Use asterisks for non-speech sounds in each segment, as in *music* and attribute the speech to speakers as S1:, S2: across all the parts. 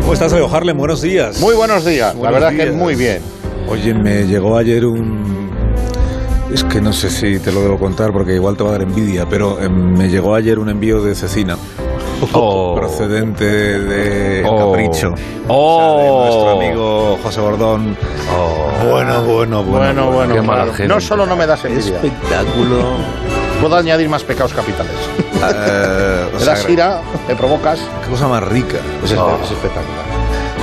S1: ¿Cómo estás, Leo Harlem? Buenos días.
S2: Muy buenos días, buenos la verdad días. que muy bien.
S3: Oye, me llegó ayer un... Es que no sé si te lo debo contar porque igual te va a dar envidia, pero em, me llegó ayer un envío
S1: *laughs*
S3: de cecina. Oh. procedente de oh. Capricho.
S2: Oh.
S3: O sea, de nuestro amigo José Bordón.
S1: Oh.
S2: Bueno, bueno, bueno. Bueno, bueno. Qué mala gente. No solo no me das envidia.
S3: Espectáculo.
S2: Puedo añadir más pecados capitales.
S1: *laughs*
S2: Uh, me das gira, me provocas.
S3: eh, Qué cosa más rica.
S2: Es, es espectacular.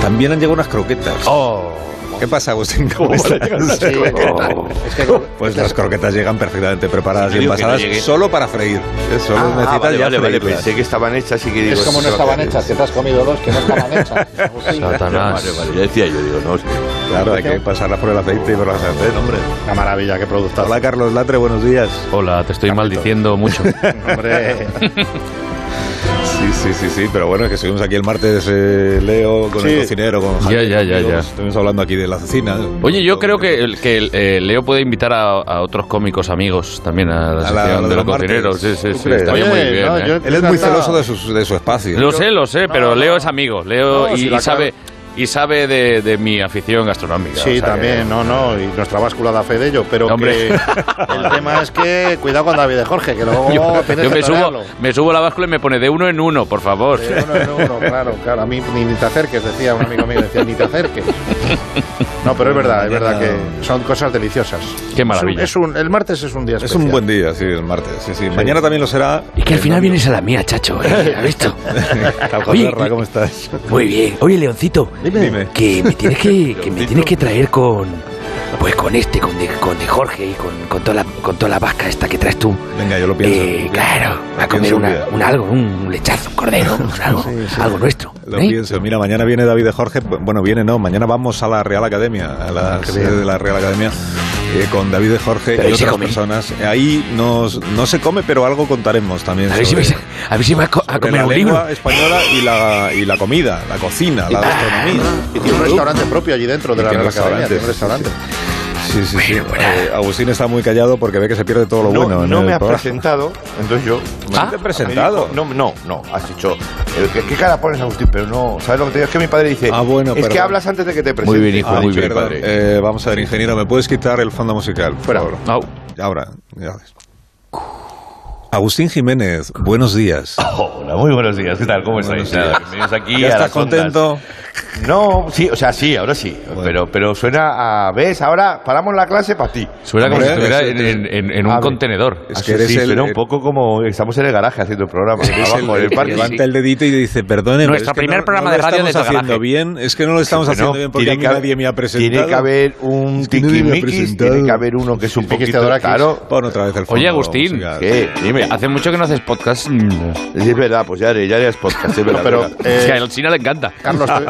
S3: También han llegado unas croquetas.
S1: Oh.
S4: Oh,
S3: ¿Qué pasa, Agustín?
S1: *laughs*
S3: ¿Cómo estás? Sí, oh. es que, pues las croquetas llegan perfectamente preparadas y envasadas no solo para freír. Solo
S5: ah, necesitas vale, vale, vale, Pensé que estaban hechas y que digo...
S2: Es como no estaban hechas, que te has comido dos que no estaban hechas.
S5: Satanás. Vale, vale, ya decía yo, digo, no. Sí.
S3: Claro, hay que pasarlas por el aceite y por la sartén, hombre.
S2: Una maravilla, qué producto.
S3: Hola, Carlos Latre, buenos días.
S4: Hola, te estoy Carlito. maldiciendo mucho.
S2: *laughs* hombre...
S3: Sí, sí, sí, sí, pero bueno, es que estuvimos aquí el martes, eh, Leo, con sí. el cocinero, con
S4: Javier, Ya, ya, ya, ya.
S3: Estuvimos hablando aquí de la cecina.
S4: Oye, yo creo que, que eh, Leo puede invitar a, a, otros cómicos amigos también a la sección de, de los cocineros. Sí, sí, sí. Estaría Oye, muy bien. No,
S3: ¿eh? Él es muy celoso de su, de su espacio.
S4: Lo sé, lo sé, pero Leo es amigo. Leo no, y, si y sabe y sabe de, de, mi afición gastronómica.
S2: Sí, o sea, también, que... no, no, y nuestra báscula da fe de ello, pero que el tema es que cuidado con David de Jorge, que
S6: *laughs*
S2: luego
S4: yo,
S2: tienes
S4: *laughs* yo me,
S2: que
S4: subo, me subo a la báscula y me pone de uno en uno, por favor.
S2: De uno en uno, claro, claro, a mí ni, te acerques, decía un amigo mío, decía, ni te acerques. No, pero es verdad, es verdad que son cosas deliciosas.
S4: Qué maravilla.
S2: Es un, es un, el martes es un día especial.
S3: Es un buen día, sí, el martes, sí, sí. sí. Mañana también lo será.
S4: Y que al
S3: *laughs*
S4: final vienes a la mía, chacho, ¿eh? ¿has visto?
S3: Oye, ¿cómo estás?
S4: Muy bien. Oye, Leoncito, Dime. Que me tienes
S3: *laughs*
S4: que, que, me tienes que traer con. Pues con este, con de, con de Jorge y con, con, toda la, con toda la vasca esta que traes tú.
S3: Venga, yo lo pienso.
S4: Eh, claro, va a comer una, un algo, un lechazo, un
S3: *laughs*
S4: cordero, un algo, sí, sí. algo nuestro.
S3: Lo ¿eh? pienso. Mira, mañana viene David de Jorge. Bueno, viene, no. Mañana vamos a la Real Academia, a
S4: Ah,
S3: la sede de la Real Academia. Eh, con David de Jorge pero y otras
S4: ¿eh?
S3: personas. Ahí nos, no se come, pero algo contaremos también.
S4: A ver si me, a ver si me a, co a comer
S3: la
S4: un
S3: lengua libro. española y la, y la comida, la cocina, la gastronomía.
S2: Ah, y tiene un restaurante propio allí dentro de la
S3: tiene restaurante.
S2: Tiene un restaurante.
S3: Sí, sí, sí. Bueno, eh, Agustín está muy callado porque ve que se pierde todo lo
S5: no,
S3: bueno.
S5: No
S3: en
S5: me
S3: has
S5: presentado, entonces yo.
S3: ¿Me ¿Ah? te he presentado?
S5: No, no, no, has dicho. eh, ¿Qué, qué cara pones, Agustín? Pero no, ¿sabes lo que te digo? Es que mi padre dice.
S3: Ah, bueno,
S5: Es que hablas antes de que te
S4: Muy
S5: presentes.
S4: bien, hijo,
S5: ah,
S4: muy bien, padre.
S3: Eh, vamos a ver, ingeniero, ¿me puedes quitar el fondo musical?
S5: Fuera.
S3: Ahora, no. ahora ya ves. Agustín Jiménez, buenos días.
S5: Oh, hola, muy buenos días. ¿Qué tal? ¿Cómo estáis? Bienvenidos aquí.
S3: ¿Ya
S5: a
S3: estás contento?
S5: Ondas. No, sí, o sea, sí, ahora sí. Bueno. Pero, pero suena a. ¿Ves? Ahora paramos la clase para ti.
S4: Suena como si estuviera en, en, en, un a contenedor.
S5: Es que eres sí, el, suena un poco como. Estamos en el garaje haciendo el programa.
S3: Abajo, el, en el parque. Levanta el dedito y dice, perdone.
S4: Nuestro es primer
S3: no,
S4: programa no de radio
S3: de
S4: estamos
S3: haciendo
S4: garaje.
S3: bien. Es que no lo estamos bueno, haciendo bien porque tiene que, nadie me ha presentado.
S5: Tiene que haber un es que tiquimiquis. Tiene que haber uno que es un poquito claro.
S3: Pon otra vez el
S4: Oye, Agustín. Dime. Hace mucho que no haces podcast.
S5: Ah, Es verdad, pues ya haré, ya haré podcast. Es verdad,
S4: no, pero, eh, si a el China le encanta.
S2: Carlos, te,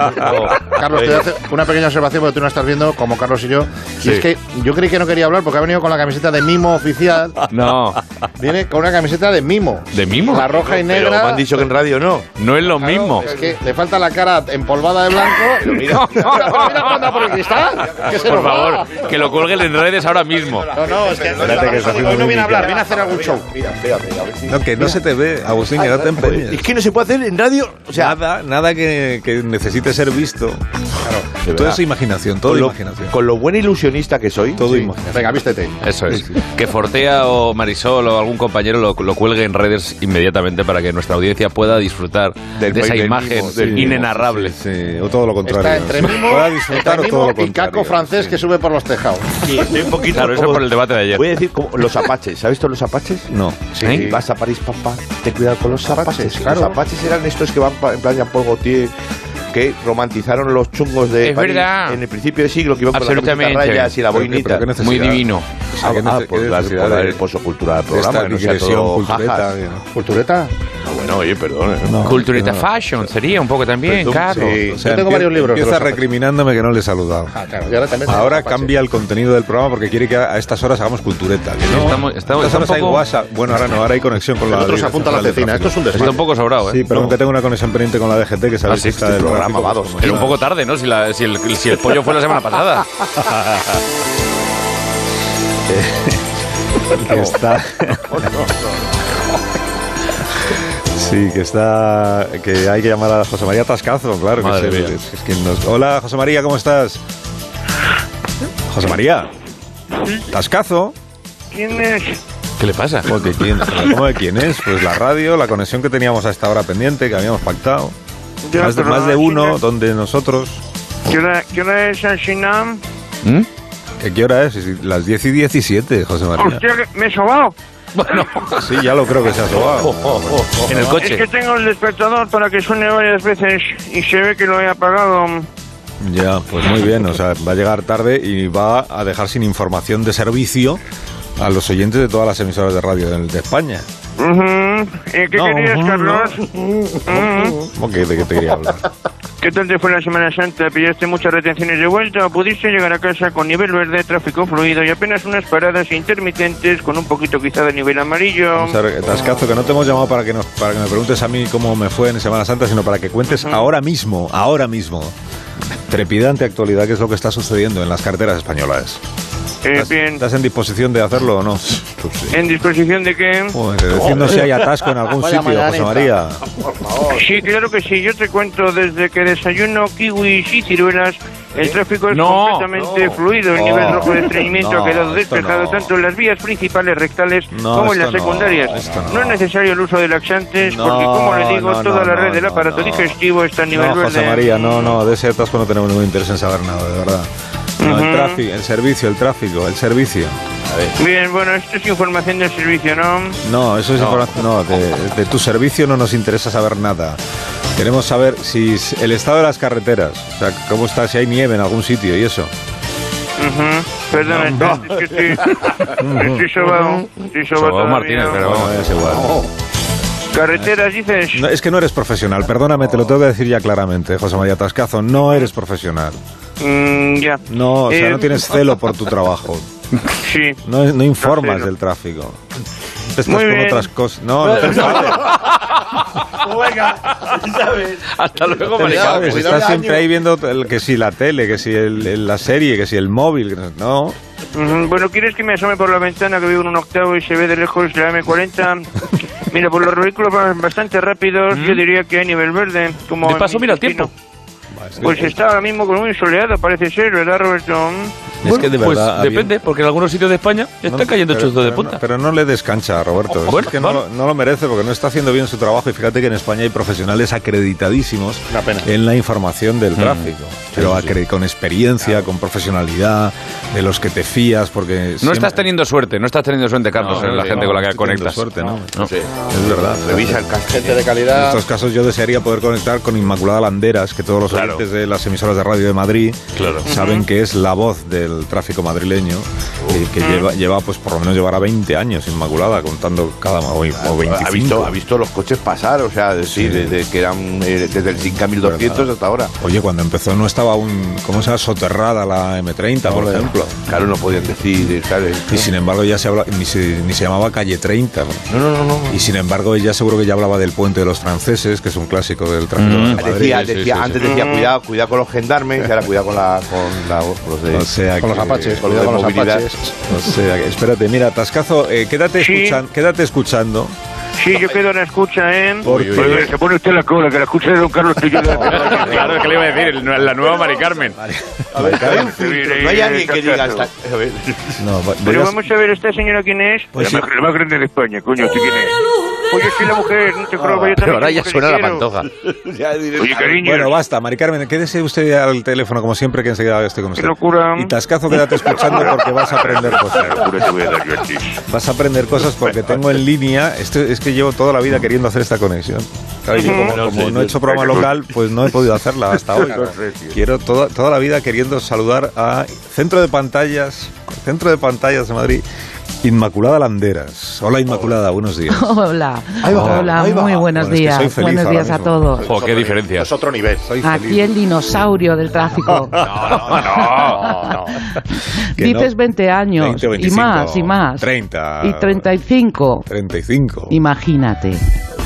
S2: Carlos, te voy a hacer una pequeña observación porque tú no estás viendo, como Carlos y yo. Sí. Y es que yo creí que no quería hablar porque ha venido con la camiseta de Mimo oficial.
S4: No.
S2: Viene con una camiseta de Mimo.
S4: ¿De Mimo?
S2: La roja y negra.
S5: Pero me han dicho que en radio no.
S4: No es lo
S2: claro,
S4: mismo.
S2: Es *laughs* que le falta la cara empolvada de blanco. Pero mira, no, no, mira, pero mira cuando por el cristal.
S4: Que se por favor, va. que lo cuelguen en redes ahora mismo.
S2: No, no, es que, hoy no viene a hablar, viene a hacer algún show. Mira,
S3: Fíjate, a ver si no, que no mira. se te ve, Agustín, que no te empeñes.
S5: Es que Ah, no se puede hacer en radio. O sea,
S3: nada, nada que, que necesite ser visto. Claro, todo es imaginación, todo
S5: con
S3: lo,
S5: imaginación. Con lo buen ilusionista que soy.
S3: Todo sí. imaginación.
S2: Venga, vístete.
S4: Eso es. Sí. Que Fortea o Marisol o algún compañero lo, lo, cuelgue en redes inmediatamente para que nuestra audiencia pueda disfrutar Del de esa imagen mimo, sí, inenarrable.
S3: Pues, eh, o todo lo contrario.
S2: Está entre mimo,
S3: pueda disfrutar
S2: o
S3: todo lo contrario.
S2: Y caco francés que sube por los tejados.
S5: estoy un poquito
S4: claro, eso como, por el debate de ayer.
S5: Voy a decir como los apaches. ¿Has visto los apaches?
S3: No.
S5: Sí. ¿Eh? Vas a París, papá, ten cuidado con los apaches. Claro. Los apaches eran estos que van en plan Jean Paul Gaultier, que romantizaron los chungos de
S4: es
S5: París
S4: verdad.
S5: en el principio del siglo, que iban con las
S4: rayas
S5: y la boinita.
S4: Muy divino.
S5: Ah,
S3: que no
S5: ah,
S3: sé
S5: por
S3: qué
S5: la
S3: decir,
S5: ciudad
S3: por
S5: del
S3: el-
S5: pozo cultural del
S3: pues de esta
S5: programa, que no sea
S3: digresión
S5: todo
S3: cultureta,
S5: jajas.
S3: que no.
S7: ¿Cultureta?
S5: Ah, bueno, oye, perdón. ¿eh?
S3: Ah,
S8: Cultureta Fashion sería un poco también,
S5: Presumo,
S8: claro.
S5: sí.
S3: O sea,
S7: Yo tengo
S3: empie-
S7: varios libros de
S3: Empieza
S7: los zapatos.
S3: recriminándome que no le he saludado.
S7: Ah, claro, y ahora también tengo
S3: Ahora
S7: mapache.
S3: cambia el contenido del programa porque quiere que a a estas horas hagamos cultureta. que no.
S8: Estamos- estamos-
S3: a estas
S8: está un
S3: horas hay
S8: poco-
S3: WhatsApp. Bueno, ahora no, ahora hay conexión con
S7: El
S3: la.
S7: otro se
S3: Dirección
S7: apunta a la
S3: Central de
S7: cecina. Esto
S3: Tráfico.
S7: es un
S8: Está un
S7: desmadre.
S8: poco sobrado,
S3: Sí,
S8: ¿eh?
S3: pero
S7: No.
S3: que tengo una conexión pendiente con la DGT que sabes
S8: sí,
S3: que está
S8: este
S3: el
S7: programa,
S3: gráfico,
S7: vados.
S3: como
S8: Pero un
S3: está.
S8: poco tarde, ¿no? Si, la- si el, si el pollo fue la semana pasada.
S3: que está. Sí, que está. que hay que llamar a José María Tascazo, claro. que
S8: Madre
S3: es el-
S8: mía.
S3: es quien nos- Hola, José María, ¿cómo estás? José María. Tascazo.
S9: ¿Quién es?
S8: ¿Qué le
S3: *laughs*
S8: pasa?
S3: ¿Cómo que quién? Pero ¿Cómo que quién es? Pues la radio, la conexión que teníamos a esta hora pendiente, que habíamos pactado.
S9: Ya,
S3: más, de,
S9: pero
S3: más de
S9: así
S3: uno,
S9: no.
S3: donde nosotros.
S9: ¿Qué hora, qué hora es al Sinam?
S8: ¿Mm?
S3: ¿Qué, qué hora es? Si- Las 10 y 17, José María.
S9: Hostia, que me he sobado.
S4: *laughs*
S8: Bueno,
S3: Sí, ya lo creo que se ha
S8: Oh,
S3: sobado.
S8: en el
S9: Es
S8: coche.
S9: que tengo el despertador para que suene varias veces y se ve que lo he apagado.
S3: Ya, pues muy bien. O sea, va a llegar tarde y va a dejar sin información de servicio a los oyentes de todas las emisoras de radio de, de España.
S9: Ujú. Eh, ¿Qué
S3: No,
S9: querías,
S3: ujú, *laughs*
S9: Carlos? Ujú.
S3: ¿Cómo que de qué te quería hablar?
S9: ¿Qué tal te fue la Semana Santa? ¿Pillaste muchas retenciones de vuelta o pudiste llegar a casa con nivel verde, tráfico fluido y apenas unas paradas intermitentes con un poquito quizá de nivel amarillo?
S3: Vamos a ver, Tascazo, que no te hemos llamado para que, nos, para que me preguntes a mí cómo me fue en Semana Santa, sino para que cuentes ahora mismo, ahora mismo, trepidante actualidad, qué es lo que está sucediendo en las carteras españolas.
S9: Eh,
S3: ¿Estás,
S9: bien.
S3: estás en disposición de hacerlo o no?
S9: ¿En disposición de qué?
S3: Joder, decirnos si hay atasco en algún
S7: Vaya
S3: sitio, José
S7: mañanita.
S3: María.
S9: Sí, claro que sí. Yo te cuento desde que desayuno kiwis y ciruelas. El tráfico es
S8: No,
S9: completamente fluido. El nivel
S3: Oh,
S9: rojo de estreñimiento
S3: *laughs* no,
S9: ha quedado
S3: esto
S9: despejado
S3: no.
S9: tanto en las vías principales rectales
S3: No,
S9: como en las
S3: esto no,
S9: secundarias.
S3: esto no.
S9: No, es necesario el uso de laxantes
S3: No,
S9: porque, como le digo,
S3: no,
S9: toda
S3: no,
S9: la red
S3: no,
S9: del
S3: no,
S9: aparato
S3: no.
S9: digestivo está a nivel
S3: No, José
S9: verde.
S3: María, no, no, de ese atasco no tenemos ningún interés en saber nada, de verdad. No, el
S9: Ujú.
S3: tráfico, el servicio, el tráfico, el servicio.
S9: Bien, bueno, esto es información del servicio, ¿no?
S3: No, eso es información. No, de, de tu servicio no nos interesa saber nada. Queremos saber si s- el estado de las carreteras, o sea, cómo está, si hay nieve en algún sitio y eso.
S9: Ujú. Perdona, es que estoy,
S3: *laughs*
S9: estoy sobado. Estoy sobado
S8: Sobao
S9: todavía.
S8: Martínez, pero
S3: Bueno, es igual.
S9: Carreteras, dices.
S3: No, es que no eres profesional, perdóname, te lo tengo que decir ya claramente, José María Tascazo, no eres profesional.
S9: Mm, ya.
S3: No, o sea,
S9: Eh,
S3: no tienes celo por tu trabajo.
S9: Sí.
S3: No, no informas
S9: No sé, no.
S3: del tráfico. Estás
S9: Muy
S3: con
S9: bien.
S3: otras cosas. No, no te
S8: Hasta luego,
S3: Te
S8: maricón.
S3: sabes,
S7: si no
S3: estás
S7: le
S3: siempre
S7: daño.
S3: ahí viendo el- que si la tele, que si el- el- la serie, que si el móvil. que no- No.
S9: Ujú, Bueno, ¿quieres que me asome por la ventana que vivo en un octavo y se ve de lejos la
S8: *laughs*
S9: M40? Mira, por los vehículos van bastante rápidos, yo diría que hay nivel verde. Como
S8: De
S9: en
S8: paso,
S9: mi
S8: mira el
S9: destino.
S8: tiempo.
S9: Pues está ahora mismo con muy soleado, parece ser, ¿verdad, Roberto?
S8: Bueno,
S3: que de
S8: pues
S3: verdad había-
S8: depende, porque en algunos sitios de España están cayendo
S3: pero-
S8: chuzos de
S3: pero no-
S8: punta.
S3: Pero no le descancha a Roberto.
S8: Bueno,
S3: es que no,
S8: vale.
S3: lo- no lo merece porque no está haciendo bien su trabajo. Y fíjate que en España hay profesionales acreditadísimos
S7: Una pena.
S3: en la información
S8: Mm.
S3: del tráfico. Pero acre- con experiencia, con profesionalidad, de los que te fías. Porque
S8: No
S3: siempre-
S8: estás teniendo suerte, no estás teniendo suerte, Carlos,
S3: No,
S8: en la
S3: no,
S8: gente con la que
S3: no estoy teniendo
S8: conectas.
S3: Suerte, ¿no?
S8: No.
S5: Sí.
S3: Es verdad.
S5: Revisa el castillo.
S7: Gente de
S3: En
S7: calidad.
S3: estos casos yo desearía poder conectar con Inmaculada Landeras, que todos los oyentes de las emisoras de radio de Madrid saben que es la voz del tráfico madrileño, y que lleva, lleva, pues por lo menos llevará 20 años Inmaculada, contando cada o, o 25.
S5: Ha visto, ha visto los coches pasar, o sea, decir, desde que eran eh, desde el 5200 hasta ahora.
S3: Oye, cuando empezó no estaba un, ¿cómo se llama? Soterrada la M30, por ejemplo.
S5: Claro, no podían decir, eh, claro.
S3: Y sin embargo ya se habla, ni se, ni se llamaba calle 30. ¿no?
S5: No, no, no, no.
S3: Y sin embargo ella seguro que ya hablaba del puente de los franceses, que es un clásico del tráfico
S8: Mm.
S3: de Madrid.
S5: Decía,
S8: sí, sí,
S5: decía,
S8: sí,
S5: antes decía, cuidado, cuidado con los gendarmes, y ahora cuidado con, la, con, la, con los de...
S3: O sea
S7: Con los
S3: que-
S7: apaches,
S5: con los
S7: cuidado
S5: de
S7: con los
S5: movilidad.
S7: apaches.
S3: O sea, que- espérate, mira, Tascazo, eh, quédate,
S9: Sí.
S3: escuchan- quédate escuchando.
S9: Sí, yo quedo en la escucha, ¿eh?
S3: Porque-
S9: Oye, se pone usted la cola, que la escucha de don Carlos
S8: *laughs*
S9: que yo
S8: Claro, es que le iba a decir, la nueva Mari Carmen.
S5: A ver, hay un filtro, no hay alguien que
S3: *laughs*
S5: diga... hasta- a ver. *laughs*
S3: No, va-
S9: Pero
S3: verás-
S8: Pues
S9: vamos a ver, ¿esta señora quién es?
S3: Pues
S9: la,
S3: sí.
S9: más, la más grande de España, coño, ¿usted quién es?
S4: luz
S9: Oye, soy la mujer, no te
S8: Ah.
S9: juro, yo
S4: Pero
S9: también.
S4: ahora ya
S9: porque
S4: suena
S9: le
S4: la
S9: quiero. *laughs*
S4: pantoja.
S9: Oye, cariño.
S3: Bueno, basta, Mari Carmen, quédese usted al teléfono como siempre que enseguida estoy con usted.
S9: Qué locura.
S3: Y Tascazo, quédate escuchando porque vas a
S9: *laughs*
S3: aprender cosas.
S9: Qué locura te voy a dar yo a ti.
S3: Vas a aprender cosas porque tengo en línea, esto es que llevo toda la vida queriendo hacer esta conexión. Claro, yo como, como no he hecho programa local, pues no he podido hacerla hasta hoy. Quiero toda, toda la vida queriendo saludar a Centro de Pantallas, Centro de Pantallas de Madrid, Inmaculada Landeras. Hola Inmaculada, buenos días.
S10: Hola, hola,
S7: ahí va.
S10: muy buenos
S3: Bueno, es que
S10: días.
S3: soy feliz
S10: buenos
S3: ahora
S10: días a
S3: mismo.
S10: todos.
S4: Jo, qué diferencia.
S7: Es otro nivel.
S3: Soy
S10: Aquí
S3: feliz.
S10: el dinosaurio del
S3: *laughs*
S10: tráfico.
S7: No, no.
S10: *laughs*
S3: Que
S10: Dices
S3: no.
S10: 20 años
S3: 20,
S10: y
S3: 25,
S10: más, y más.
S3: 30.
S10: Y 35.
S3: 35.
S10: Imagínate.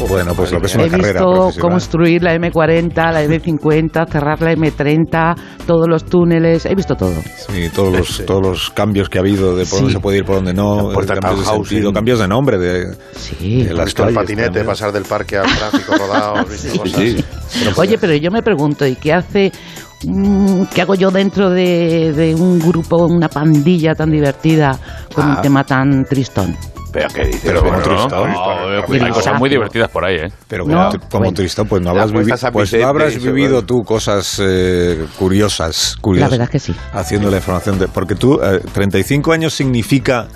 S3: Bueno, pues lo que es una
S10: He
S3: carrera
S10: visto
S3: profesional.
S10: construir la M40, la M50, cerrar la M30, todos los túneles. He visto todo.
S3: Sí, todos los, todos los cambios que ha habido de por
S10: Sí.
S3: dónde se puede ir, por dónde no,
S4: La puerta
S3: cambios de
S4: Tannhausen.
S3: sentido, cambios de nombre, de,
S10: Sí.
S3: de
S7: He
S3: las
S7: visto el
S3: calles.
S7: patinete,
S3: también.
S7: pasar del parque al
S2: *laughs*
S7: tráfico rodado, he visto cosas.
S10: Oye, pero pues yo me pregunto, ¿y qué hace? mm, ¿Qué hago yo dentro de, de un grupo, una pandilla tan divertida con un tema tan tristón?
S4: Pero qué dices,
S3: Pero como turista,
S4: hay
S10: El
S4: cosas
S10: sapo.
S4: muy divertidas por ahí, ¿eh?
S3: Pero como,
S10: No,
S3: tu- como
S10: bueno.
S3: turista, pues no
S5: La
S3: habrás, vivi-
S5: puestas a
S3: pues no
S5: Vicente,
S3: habrás
S5: eso,
S3: vivido
S5: bueno.
S3: tú cosas eh, curiosas,
S10: La
S3: curiosas.
S10: verdad es que sí.
S3: Haciendo la información. De, porque tú, eh, 35 años significa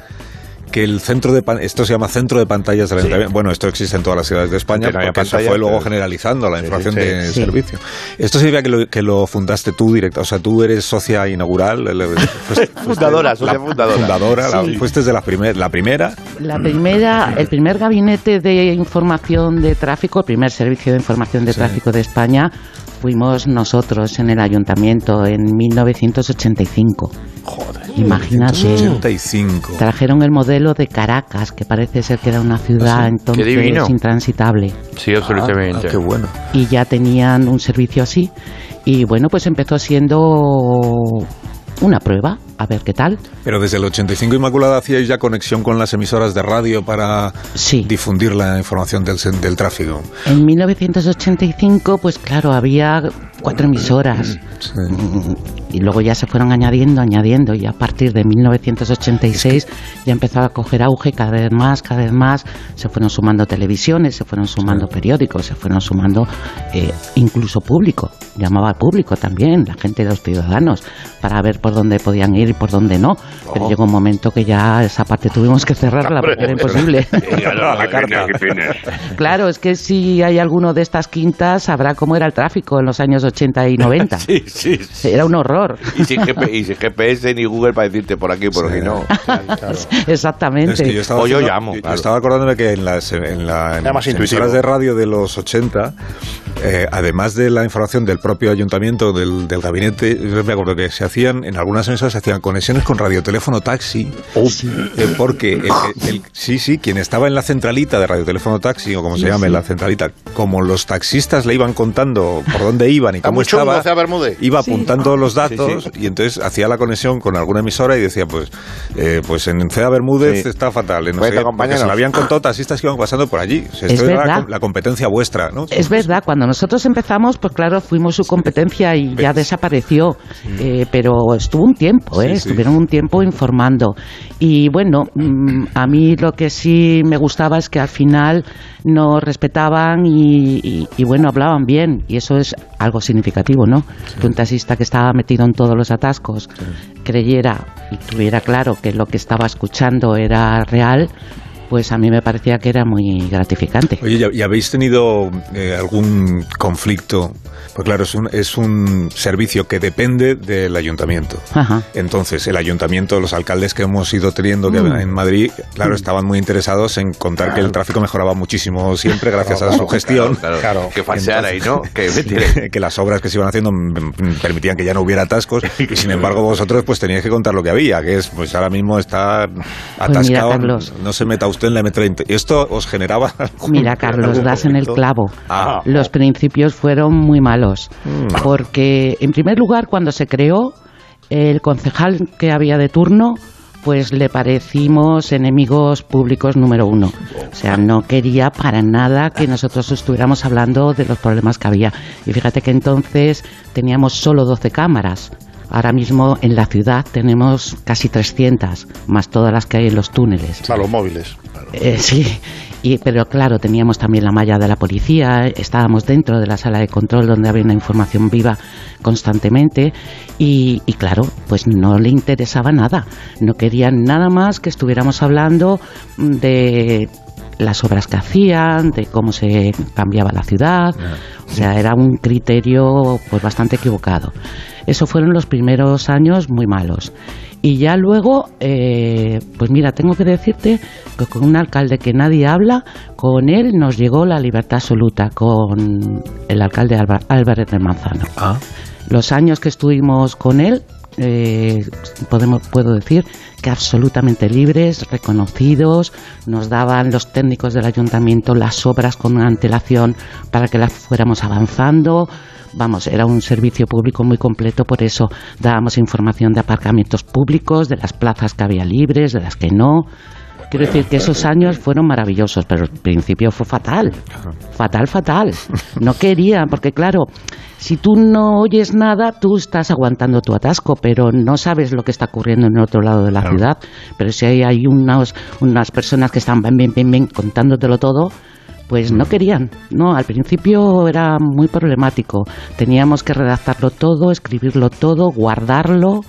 S3: que el centro de pan- esto se llama centro de pantallas del ayuntamiento. Bueno, esto existe en todas las ciudades de España,
S5: Que no haya
S3: porque se
S5: pantalla,
S3: fue luego
S5: pero-
S3: generalizando la información
S5: sí,
S3: de
S10: sí.
S3: servicio. Esto significa que lo, que lo fundaste tú directa, o sea, tú eres socia inaugural,
S5: *laughs*
S3: el- el- fuiste-
S5: Fundadora, socia fundadora.
S3: fundadora, la-
S10: Sí.
S3: fuiste de la, primer- la primera.
S10: La primera, el primer gabinete de información de tráfico, el primer servicio de información de tráfico de España, fuimos nosotros en el ayuntamiento en 1985. Joder. Imagínate.
S3: 85.
S10: Trajeron el modelo de Caracas, que parece ser que era una ciudad entonces
S4: divino.
S10: intransitable.
S4: Sí, absolutamente.
S6: *laughs*
S3: Ah, qué bueno.
S10: y ya tenían un servicio así. Y bueno, pues empezó siendo una prueba, a ver qué tal.
S3: Pero desde el 85 Inmaculada hacíais ya conexión con las emisoras de radio para
S10: Sí.
S3: difundir la información del, sen- del tráfico.
S10: En 1985, pues claro, había cuatro emisoras.
S3: Sí.
S10: Y luego ya se fueron añadiendo, añadiendo, y a partir de 1986 ya empezó a coger auge cada vez más, cada vez más. Se fueron sumando televisiones, se fueron sumando periódicos, se fueron sumando eh, incluso público. Llamaba al público también, la gente de los ciudadanos, para ver por dónde podían ir y por dónde no. Pero llegó un momento que ya esa parte tuvimos que cerrarla porque era imposible.
S5: *laughs*
S9: *laughs* la carta. Qué pena.
S10: Claro, es que si hay alguno de estas quintas sabrá cómo era el tráfico en los años 80 y 90.
S5: *laughs* Sí, sí, sí.
S10: Era un horror.
S5: Y sin, GP y sin GPS ni Google para decirte por aquí, por
S3: Sí.
S5: aquí no.
S10: *laughs* Exactamente.
S3: Es que yo estaba
S5: O yo
S3: haciendo-
S5: llamo,
S3: yo
S5: claro.
S3: estaba acordándome que en las, en la, en
S7: Era más
S3: las
S7: intuitivo.
S3: emisoras de radio de los 80, eh, además de la información del propio ayuntamiento, del, del gabinete, yo me acuerdo que se hacían, en algunas emisoras se hacían conexiones con radioteléfono taxi.
S7: Oh.
S3: Eh, porque el que- el- sí, sí, quien estaba en la centralita de radioteléfono taxi, o como se llame, la centralita, como los taxistas le iban contando por dónde iban y
S7: Está
S3: cómo
S7: muy chungo,
S3: estaba,
S7: Cea Bermúdez.
S3: iba apuntando
S10: Ah,
S3: los datos y entonces hacía la conexión con alguna emisora y decía, pues, eh, pues en Cea Bermúdez
S5: Sí.
S3: está fatal. En no
S5: Vete,
S3: sé qué, porque
S5: compañeros.
S3: se la habían contado taxistas que iban pasando por allí. O sea,
S10: Es
S3: esto era la,
S10: verdad. Eh.
S3: com- la competencia vuestra, ¿no?
S10: Es verdad, cuando nosotros empezamos, pues claro, fuimos su competencia y ya desapareció, Eh, pero estuvo un tiempo, ¿eh?
S3: Mm. Sí, sí.
S10: estuvieron un tiempo informando. Y bueno, mm, a mí lo que sí me gustaba es que al final nos respetaban y, y- y, bueno, hablaban bien, y eso es algo significativo, ¿no? Que un taxista que estaba metido en todos los atascos creyera y tuviera claro que lo que estaba escuchando era real. Pues a mí me parecía que era muy gratificante.
S3: Oye, ¿y- ¿y habéis tenido eh, algún conflicto? Pues claro, es un, es un servicio que depende del ayuntamiento.
S10: Ajá.
S3: Entonces, el ayuntamiento, los alcaldes que hemos ido teniendo que
S4: Mm.
S3: en Madrid, claro, estaban muy interesados en contar que el tráfico mejoraba muchísimo siempre gracias a su gestión.
S4: Claro,
S7: Claro.
S4: Que falsear ahí, ¿no?
S3: *laughs*
S4: Que mentira.
S3: que las obras que se iban haciendo mm, permitían que ya no
S4: *laughs*
S3: hubiera atascos y sin embargo vosotros pues teníais que contar lo que había que es pues ahora mismo está atascado
S10: Carlos.
S3: no se meta usted en la M30 y esto os generaba *laughs* algún-
S10: Mira, Carlos,
S3: algún
S10: das en el
S3: conflicto?
S10: clavo.
S3: Ah.
S10: Los principios fueron muy malos. Porque, en primer lugar, cuando se creó, el concejal que había de turno, pues le parecimos enemigos públicos número uno. O sea, no quería para nada que nosotros estuviéramos hablando de los problemas que había. Y fíjate que entonces teníamos solo 12 cámaras. Ahora mismo en la ciudad tenemos casi 300, más todas las que hay en los túneles.
S7: Claro, los móviles.
S10: Eh, sí, y, pero claro, teníamos también la malla de la policía, estábamos dentro de la sala de control donde había una información viva constantemente y, y claro, pues no le interesaba nada, no querían nada más que estuviéramos hablando de las obras que hacían, de cómo se cambiaba la ciudad, o sea, era un criterio pues bastante equivocado. Eso fueron los primeros años muy malos. Y ya luego, eh, pues mira, tengo que decirte que con un alcalde que nadie habla, con él nos llegó la libertad absoluta, con el alcalde Álvar- Álvarez de Manzano. Los años que estuvimos con él, eh, podemos, puedo decir que absolutamente libres, reconocidos, nos daban los técnicos del ayuntamiento las obras con antelación para que las fuéramos avanzando. Vamos, era un servicio público muy completo, por eso dábamos información de aparcamientos públicos, de las plazas que había libres, de las que no. Quiero decir que esos años fueron maravillosos, pero el principio fue fatal. Fatal, fatal. No querían, porque claro, si tú no oyes nada, tú estás aguantando tu atasco, pero no sabes lo que está ocurriendo en el otro lado de la ciudad. Pero si hay, hay unas, unas personas que están bien, bien, bien, bien, contándotelo todo, pues no querían, no, al principio era muy problemático. Teníamos que redactarlo todo, escribirlo todo, guardarlo,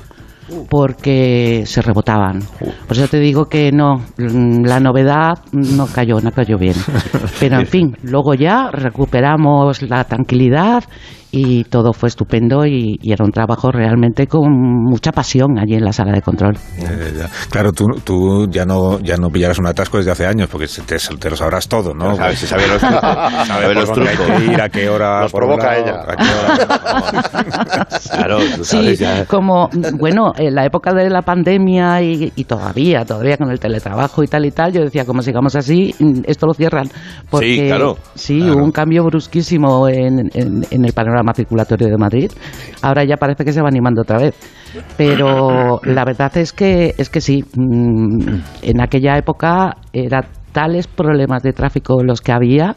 S10: porque se rebotaban. Por eso te digo que no, mm, la novedad no cayó, no cayó
S4: *laughs*
S10: bien. Pero en fin, luego ya recuperamos la tranquilidad y todo fue estupendo y, y era un trabajo realmente con mucha pasión allí en la sala de control.
S3: Eh, ya. Claro, tú, tú ya no ya no pillarás un atasco desde hace años porque se- te, te lo sabrás todo, ¿no? Pues,
S4: Lo sabes, se sabe
S3: *laughs*
S4: los- sabe
S3: por
S4: los
S3: dónde hay
S4: trucos.
S3: que ir, a qué hora.
S7: Los
S3: por un
S7: provoca
S3: lado,
S7: ella.
S3: a qué hora.
S4: *laughs* Claro, tú
S10: Sí,
S4: sabes ya.
S10: como, bueno, en la época de la pandemia y, y todavía, todavía con el teletrabajo y tal y tal, yo decía, como sigamos así, mm, esto lo cierran. Porque,
S4: Sí, claro.
S10: Sí, hubo un cambio brusquísimo en, en- en el panorama circulatorio de Madrid. Ahora ya parece que se va animando otra vez.
S4: *coughs*
S10: Pero la verdad es que, es que sí, mm, en aquella época era tales problemas de tráfico los que había,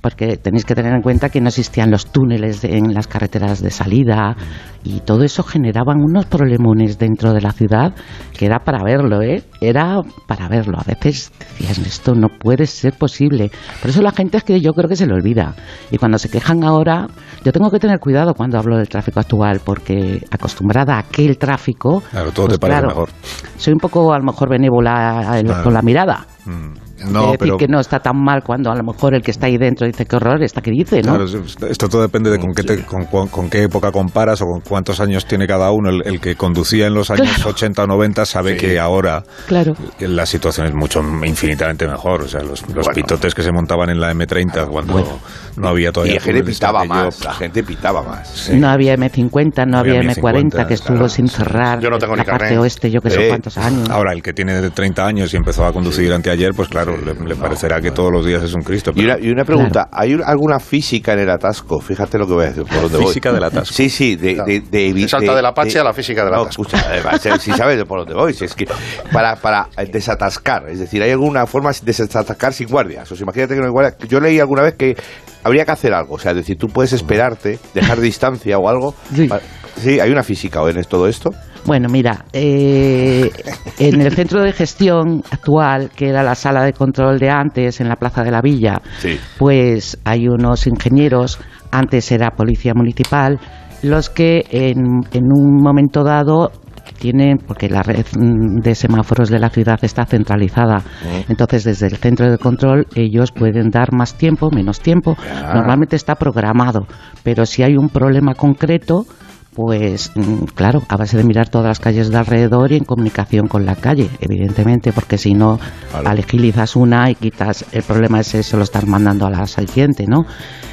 S10: porque tenéis que tener en cuenta que no existían los túneles de- en las carreteras de salida
S4: Mm.
S10: y todo eso generaban unos problemones dentro de la ciudad que era para verlo, ¿eh? Era para verlo. A veces decías, esto no puede ser posible. Por eso la gente es que yo creo que se le olvida. Y cuando se quejan ahora, yo tengo que tener cuidado cuando hablo del tráfico actual, porque acostumbrada a aquel tráfico...
S3: *laughs* Claro, todo
S10: Pues
S3: te parece mejor.
S10: Soy un poco, a lo mejor, benévola eh,
S3: Claro.
S10: con la mirada.
S3: Mm.
S10: Es
S3: No,
S10: decir
S3: pero
S10: que no está tan mal cuando a lo mejor el que está ahí dentro dice qué horror, esta que dice, ¿no?
S3: Claro, es- esto todo depende de con qué, te- con, con- con qué época comparas o con cuántos años tiene cada uno. El, el que conducía en los años 80 o 90 sabe que ahora
S10: Claro.
S3: la situación es mucho infinitamente mejor. O sea, los, los pitotes que se montaban en la M30 cuando no había todavía...
S5: Y la gente
S3: túneles,
S5: pitaba
S3: aquello,
S5: más, la gente pitaba más.
S3: sí.
S10: No había M50, no había,
S3: Había
S10: M40
S3: M50,
S10: que estuvo
S3: claro,
S10: sin
S3: sí.
S10: cerrar.
S7: Yo no tengo ni
S10: la parte
S7: carnet.
S10: oeste, yo que sé
S5: Eh,
S10: cuántos años.
S3: Ahora, el que tiene 30 años y empezó a conducir anteayer, pues claro, le, le parecerá que todos los días es un Cristo.
S5: Y
S3: pero-
S5: una, y una pregunta, ¿hay un- alguna física en el atasco? Fíjate lo que voy a decir, por dónde voy.
S3: Física del atasco.
S5: Sí, sí, de, de, de evi-
S7: Se salta
S5: de-
S7: del Apache
S5: de-
S7: a la física del
S5: No,
S7: atasco.
S5: escucha, eh, además, si sabes de por dónde voy, si es que para, para eh, desatascar, es decir, hay alguna forma de desatascar sin guardias. O sea, imagínate que no hay guardias. Yo leí alguna vez que habría que hacer algo, o sea, es decir, tú puedes esperarte, dejar distancia o algo.
S10: Sí.
S5: Pa- Sí, hay una física o en es- todo esto.
S10: Bueno, mira, eh, en el centro de gestión actual, que era la sala de control de antes, en la Plaza de la Villa,
S5: Sí.
S10: pues hay unos ingenieros, antes era policía municipal, los que en, en un momento dado tienen, porque la red mm, de semáforos de la ciudad está centralizada, entonces desde el centro de control ellos pueden dar más tiempo, menos tiempo, normalmente está programado, pero si hay un problema concreto, pues mm, claro, a base de mirar todas las calles de alrededor y en comunicación con la calle, evidentemente, porque si no, agilizas una y quitas el problema ese, se lo estás mandando a la siguiente, ¿no?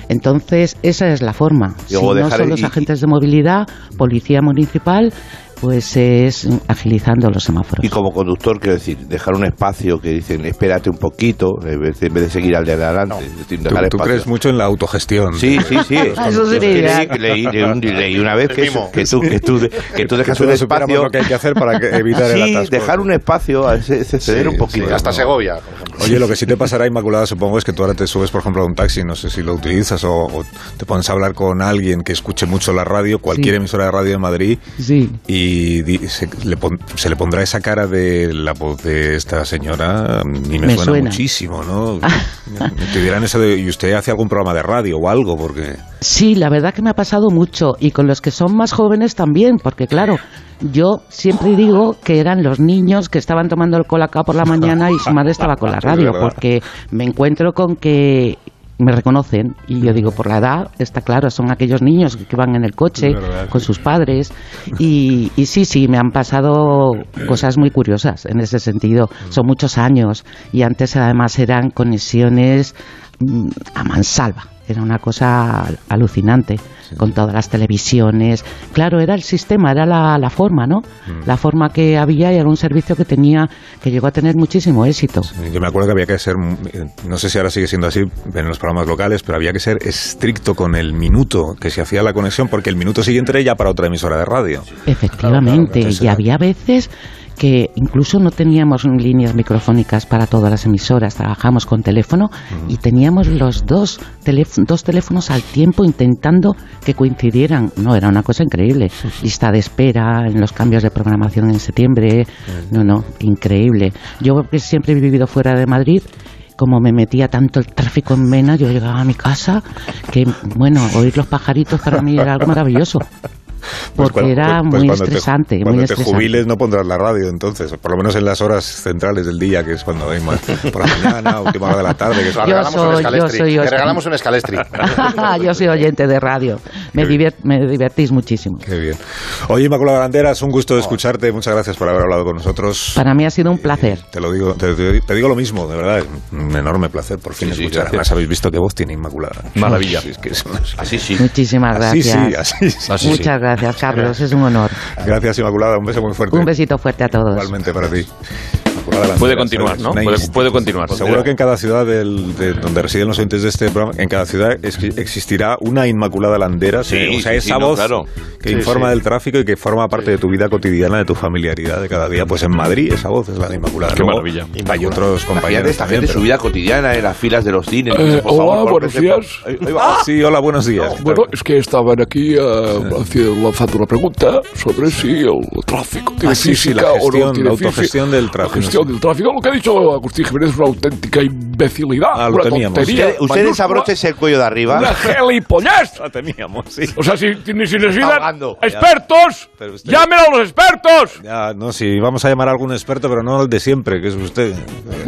S10: Entonces, esa es la forma.
S5: Y luego
S10: si no
S5: dejar
S10: son
S5: el-
S10: los
S5: y-
S10: agentes de movilidad, policía municipal, pues es agilizando los semáforos.
S5: Y como conductor, quiero decir, dejar un espacio que dicen, espérate un poquito, en vez de, en vez de seguir al de adelante. es decir,
S3: Tú,
S5: dejar
S3: tú
S5: espacio.
S3: crees mucho en la autogestión.
S5: Sí, sí,
S3: *laughs*
S5: sí.
S3: Ah,
S10: Eso
S5: Yo es que
S10: sería
S5: leí, leí- leí un- leí una vez que, eso-
S3: Mimo.
S5: que, tú, que, tú,
S3: *laughs*
S5: que tú dejas
S3: Que
S5: un
S3: todos supiéramos
S5: espacio.
S3: lo que hay que hacer para que- evitar el
S5: Sí,
S3: atasco.
S5: dejar un espacio, a ese- ese
S3: Sí,
S5: ceder un poquito.
S3: sí, hasta
S5: ¿no?
S7: Segovia, por ejemplo.
S3: Oye, lo que sí te pasará, Inmaculada, supongo, es que tú ahora te subes, por ejemplo, a un taxi, no sé si lo utilizas, o, o te pones a hablar con alguien que escuche mucho la radio, cualquier
S10: Sí.
S3: emisora de radio de Madrid,
S10: Sí.
S3: y di- se le, pon- se le pondrá esa cara de la voz de esta señora, y me,
S10: Me
S3: suena,
S10: suena.
S3: muchísimo,
S5: *laughs*
S3: ¿no? te dirán eso de, ¿y usted hace algún programa de radio o algo? Porque...
S10: Sí, la verdad que me ha pasado mucho y con los que son más jóvenes también, porque claro, yo siempre digo que eran los niños que estaban tomando el acá por la mañana y su madre estaba con la
S3: *laughs* Es
S10: radio,
S3: verdad.
S10: porque me encuentro con que me reconocen y yo digo por la edad está claro son aquellos niños que van en el coche
S3: Es verdad.
S10: con sus padres y, y sí sí me han pasado cosas muy curiosas en ese sentido son muchos años y antes además eran conexiones mm, a mansalva era una cosa al- alucinante con todas las televisiones claro era el sistema era la, la forma no la forma que había y era un servicio que tenía que llegó a tener muchísimo éxito
S3: Yo me acuerdo que había que ser, eh, no sé si ahora sigue siendo así en los programas locales, pero había que ser estricto con el minuto que se hacía la conexión, porque el minuto siguiente era ya para otra emisora de radio.
S10: Efectivamente,
S3: Claro, claro,
S10: y había veces que incluso no teníamos líneas microfónicas para todas las emisoras, trabajamos con teléfono y teníamos los dos, teléf- dos teléfonos al tiempo intentando que coincidieran. No, era una cosa increíble. Lista de espera, en los cambios de programación en septiembre, no, no, increíble. Yo que siempre he vivido fuera de Madrid como me metía tanto el tráfico en Mena, yo llegaba a mi casa, que bueno, oír los pajaritos para mí era algo maravilloso. Porque era muy
S3: Pues cuando te-
S10: estresante.
S3: cuando
S10: muy
S3: te
S10: estresante. *laughs*
S3: jubiles no pondrás la radio entonces, por lo menos en las horas centrales del día, que es cuando hay más, por la
S10: *laughs*
S3: mañana, última hora de la tarde. Que es ¡ah!
S7: Te
S10: Yo
S7: regalamos un escalestri.
S10: soy- yo soy
S7: Te
S10: Oscar.
S7: regalamos un escalestri.
S2: *laughs*
S10: Ah, Yo soy oyente de radio. Me,
S3: Qué bien.
S10: divier- me divertís muchísimo.
S3: Qué bien. Oye, Inmaculada Banderas, un gusto escucharte. Muchas gracias por haber hablado con nosotros.
S10: Para mí ha sido un placer.
S3: Te lo digo, te, te- te digo lo mismo, de verdad, es un enorme placer por fin
S5: Sí, sí,
S3: escuchar.
S5: gracias.
S3: Además habéis visto que voz tiene Inmaculada.
S4: Maravilla.
S3: Sí, es que es una-
S6: *laughs*
S5: Así sí.
S10: Muchísimas
S3: Así
S10: Ah, gracias.
S3: sí, así sí.
S4: Así sí.
S10: Muchas gracias, Carlos. Es un honor.
S3: Gracias Inmaculada, un beso muy fuerte.
S10: Un besito fuerte a todos.
S3: Igualmente para ti. Inmaculada Banderas,
S4: Puede continuar,
S3: ¿sabes?
S4: ¿no?
S3: Una
S4: Puede-
S3: inst-
S4: puede continuar.
S3: Seguro que en cada ciudad del- de donde residen los oyentes de este programa, en cada ciudad es- existirá una Inmaculada Landera,
S4: Sí,
S3: que- o sea,
S4: sí,
S3: esa
S4: sí, no,
S3: voz
S4: claro.
S3: que informa del tráfico y que forma parte de tu vida cotidiana, de tu familiaridad de cada día. Pues en Madrid esa voz es la de Inmaculada.
S4: Qué
S3: Luego
S4: maravilla.
S3: Hay otros compañeros
S5: Imagínate esta
S3: también,
S5: gente
S3: pero-
S5: su vida cotidiana en las filas de los cines.
S11: Eh,
S5: Entonces, por
S12: hola,
S5: favor,
S12: buenos
S5: córtese, por-
S12: días.
S5: Ahí- ahí va.
S3: Ah, Sí, hola, buenos días.
S12: Bueno, es que estaban aquí eh, haciendo- lanzando una pregunta sobre si el tráfico tiene
S3: Ah, sí, sí,
S12: física
S3: la
S12: o no
S3: gestión,
S12: tiene
S3: la
S12: física.
S3: autogestión del tráfico,
S12: La gestión
S3: sí.
S12: del tráfico. Lo que ha dicho Agustín Jiménez es una auténtica imbecilidad.
S3: Ah, lo
S12: una
S3: teníamos.
S12: tontería.
S5: Ustedes- Ustedes
S12: mayúscula,
S5: abróchense el cuello de arriba.
S12: Una gelipollez.
S3: La teníamos, sí.
S12: O sea, si, si necesitan
S5: Ahogando.
S12: expertos,
S3: Pero usted-
S12: llamen a los expertos.
S3: Ya, no, sí, vamos a llamar a algún experto, pero no al de siempre, que es usted.
S12: ¿eh?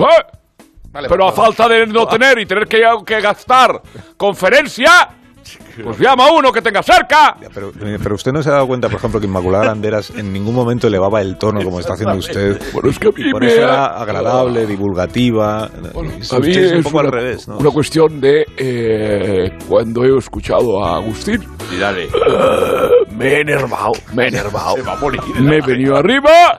S7: Vale,
S12: Pero a
S7: vale.
S12: falta de no tener y tener que, que gastar conferencia, pues llama a uno que tenga cerca.
S3: Ya, Pero, eh, pero usted no se ha dado cuenta, por ejemplo, que Inmaculada Banderas en ningún momento elevaba el tono como está haciendo usted.
S12: Bueno, es que a mí
S3: Por
S12: me
S3: eso
S12: ha-
S3: era agradable, divulgativa.
S12: Bueno,
S3: Y
S12: a mí
S3: usted es un
S12: es
S3: poco
S12: una,
S3: al revés, ¿no?
S12: una cuestión de eh, cuando he escuchado a Agustín, Eh,
S4: Y dale.
S12: me he enervado,
S3: *laughs*
S12: me he enervado. me he venido arriba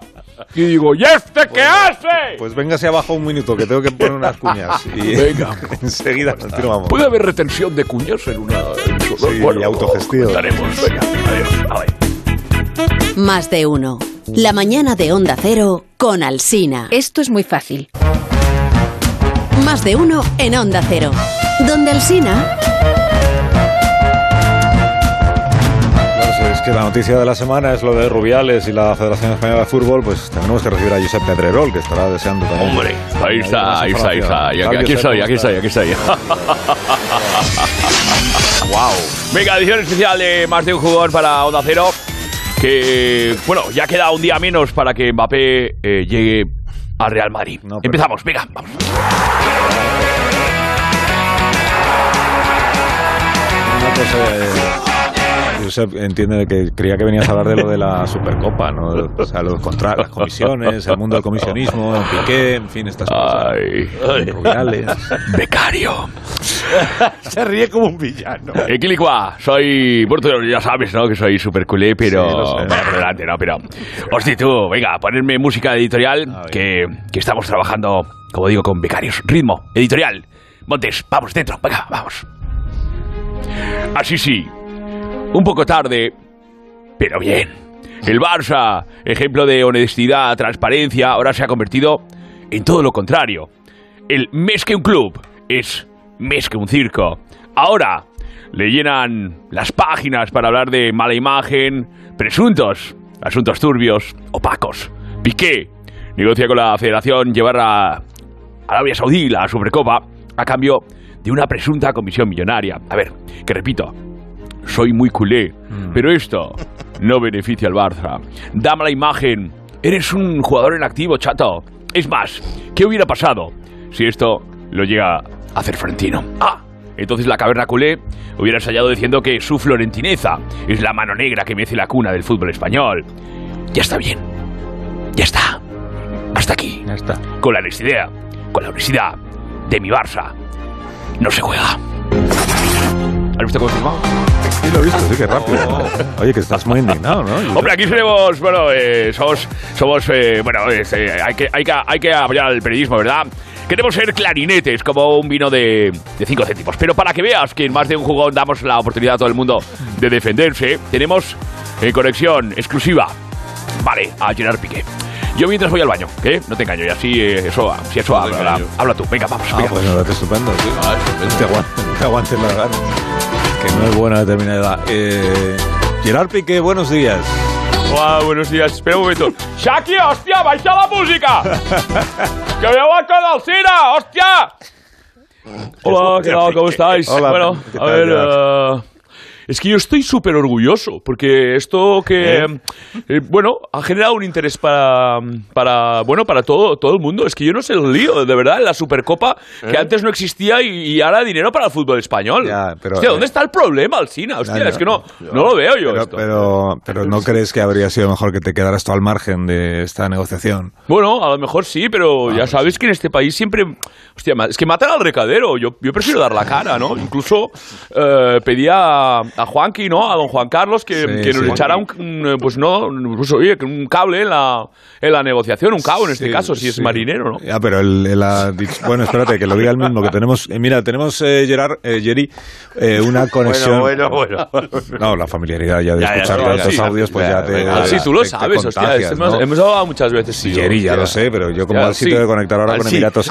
S12: y digo, ¿y este qué hace?
S3: ¿eh? Pues véngase abajo un minuto, que tengo que poner unas cuñas.
S4: *laughs*
S3: Y
S12: Venga.
S3: *laughs* enseguida continuamos.
S4: pues
S12: ¿Puede haber retención de cuñas en una... en su-
S3: Sí, y autogestión.
S12: comentaremos. Venga, adiós. A ver.
S13: Más de uno. La mañana de Onda Cero con Alsina.
S11: Esto es muy fácil.
S13: Más de uno en Onda Cero. Donde Alsina.
S3: Claro, pues es que la noticia de la semana es lo de Rubiales y la Federación Española de Fútbol, pues tenemos que recibir a Josep Pedrerol, que estará deseando también.
S4: Hombre, ahí está, ahí está, ahí está. Y Aquí,
S3: Fabio,
S4: aquí estoy, aquí
S3: ¿cómo
S4: estoy, aquí estoy. *laughs* wow. Venga, edición especial de más de un jugador para Onda Cero. Que, bueno, ya queda un día menos para que Mbappé eh, llegue al Real Madrid.
S3: No, pero-
S4: Empezamos, venga, vamos.
S3: Una cosa, eh, Yo sé- entiendo que creía que venías a hablar de lo de la Supercopa, ¿no? O sea, los contra las comisiones, el mundo del comisionismo, Piqué, en fin, estas cosas. Rubiales.
S4: Becario.
S5: *laughs* Se ríe como un villano.
S4: Eh, Quilicua, soy. Bueno, tú ya sabes, ¿no? Que soy super culé, pero.
S5: Sí, lo sé.
S4: Bueno, *laughs* por delante, ¿no? Pero. Hostia, tú, venga, ponerme música editorial, que, que estamos trabajando, como digo, con becarios. Ritmo, editorial. Montes, vamos, dentro, venga, vamos. Así sí, un poco tarde, pero bien. El Barça, ejemplo de honestidad, transparencia, ahora se ha convertido en todo lo contrario. El mes que un club es mes que un circo. Ahora le llenan las páginas para hablar de mala imagen, presuntos, asuntos turbios, opacos. Piqué negocia con la federación llevar a Arabia Saudí la Supercopa a cambio de una presunta comisión millonaria. A ver, que repito, soy muy culé, pero esto no beneficia al Barça. Da mala imagen. Eres un jugador en activo, chato. Es más, ¿qué hubiera pasado si esto lo llega a hacer Florentino? Ah, entonces la caverna culé hubiera ensayado diciendo que su florentineza es la mano negra que mece la cuna del fútbol español. Ya está bien. Ya está. Hasta aquí.
S3: Ya está.
S4: Con la honestidad. Con la honestidad de mi Barça. No se juega. ¿Has visto cómo he firmado?
S3: Sí, lo he visto, sí, qué rápido. Oye, que estás muy indignado, ¿no? Yo-
S4: Hombre, aquí seremos, bueno, eh, somos, somos eh, bueno, es, eh, hay, que, hay, que, hay que apoyar al periodismo, ¿verdad? Queremos ser clarinetes, como un vino de 5 céntimos. Pero para que veas que en más de un jugón damos la oportunidad a todo el mundo de defenderse, tenemos en conexión exclusiva, vale, a Gerard Piqué. Yo mientras voy al baño, ¿eh? No te engaño, y así eh, eso, si eso habla, habla, habla tú. Venga, vamos,
S3: Ah,
S4: venga.
S3: pues me parece estupendo, sí. Te aguantes, te aguantes las ganas. Que no es buena determinada edad. Eh, Gerard Piqué, buenos días.
S4: Hola, buenos días. Espera un momento. ¡Shaki, hostia! ¡Baja la música! ¡Que me voy con Alcina! ¡Hostia! Hola, ¿qué tal? ¿Cómo estáis?
S12: Hola,
S4: bueno,
S12: ¿qué
S4: a
S12: tal,
S4: ver.
S12: Gerard?
S4: eh, es que yo estoy súper orgulloso porque esto que eh, bueno ha generado un interés para, para bueno para todo todo el mundo es que yo no sé el lío de verdad la Supercopa que antes no existía y, y ahora dinero para el fútbol español
S3: pero,
S4: hostia
S3: eh,
S4: dónde está el problema Alcina hostia
S3: ya,
S4: es que no no lo veo yo
S3: Pero,
S4: esto.
S3: pero, pero ¿no crees que habría sido mejor que te quedaras tú al margen de esta negociación?
S4: Bueno, a lo mejor sí, pero
S3: Ah, pues
S4: ya sabes que en este país siempre. Hostia, ma- es que matan al recadero. Yo, yo prefiero dar la cara, ¿no? Incluso eh, pedía a, a Juanqui, ¿no? A don Juan Carlos que,
S3: Sí,
S4: que nos
S3: sí.
S4: echara un, un, eh, Pues no, un- pues, oye, que un cable en la, en la negociación, un cabo en este caso, si es
S3: sí.
S4: marinero, ¿no?
S3: Ya, pero él, él ha dicho- Bueno, espérate, que lo diga el mismo, que tenemos... eh, mira, tenemos, eh, Gerard, eh, Jerry, eh, una conexión...
S5: Bueno, bueno, bueno.
S3: No, la familiaridad ya de
S4: Ya, ya,
S3: escuchar
S4: ya,
S3: tantos
S4: sí.
S3: audios, pues ya,
S4: Ya,
S3: te...
S4: venga, Eh, sí, tú lo
S3: te- te
S4: sabes, hostia.
S3: contagias,
S4: hemos,
S3: ¿no?
S4: hemos hablado muchas veces. Sí,
S3: Jerry, ya lo sé, pero yo como
S4: Ya,
S3: al sitio
S4: sí.
S3: de conectar ahora
S4: Al
S3: con
S4: sí. *laughs*
S3: Emiratos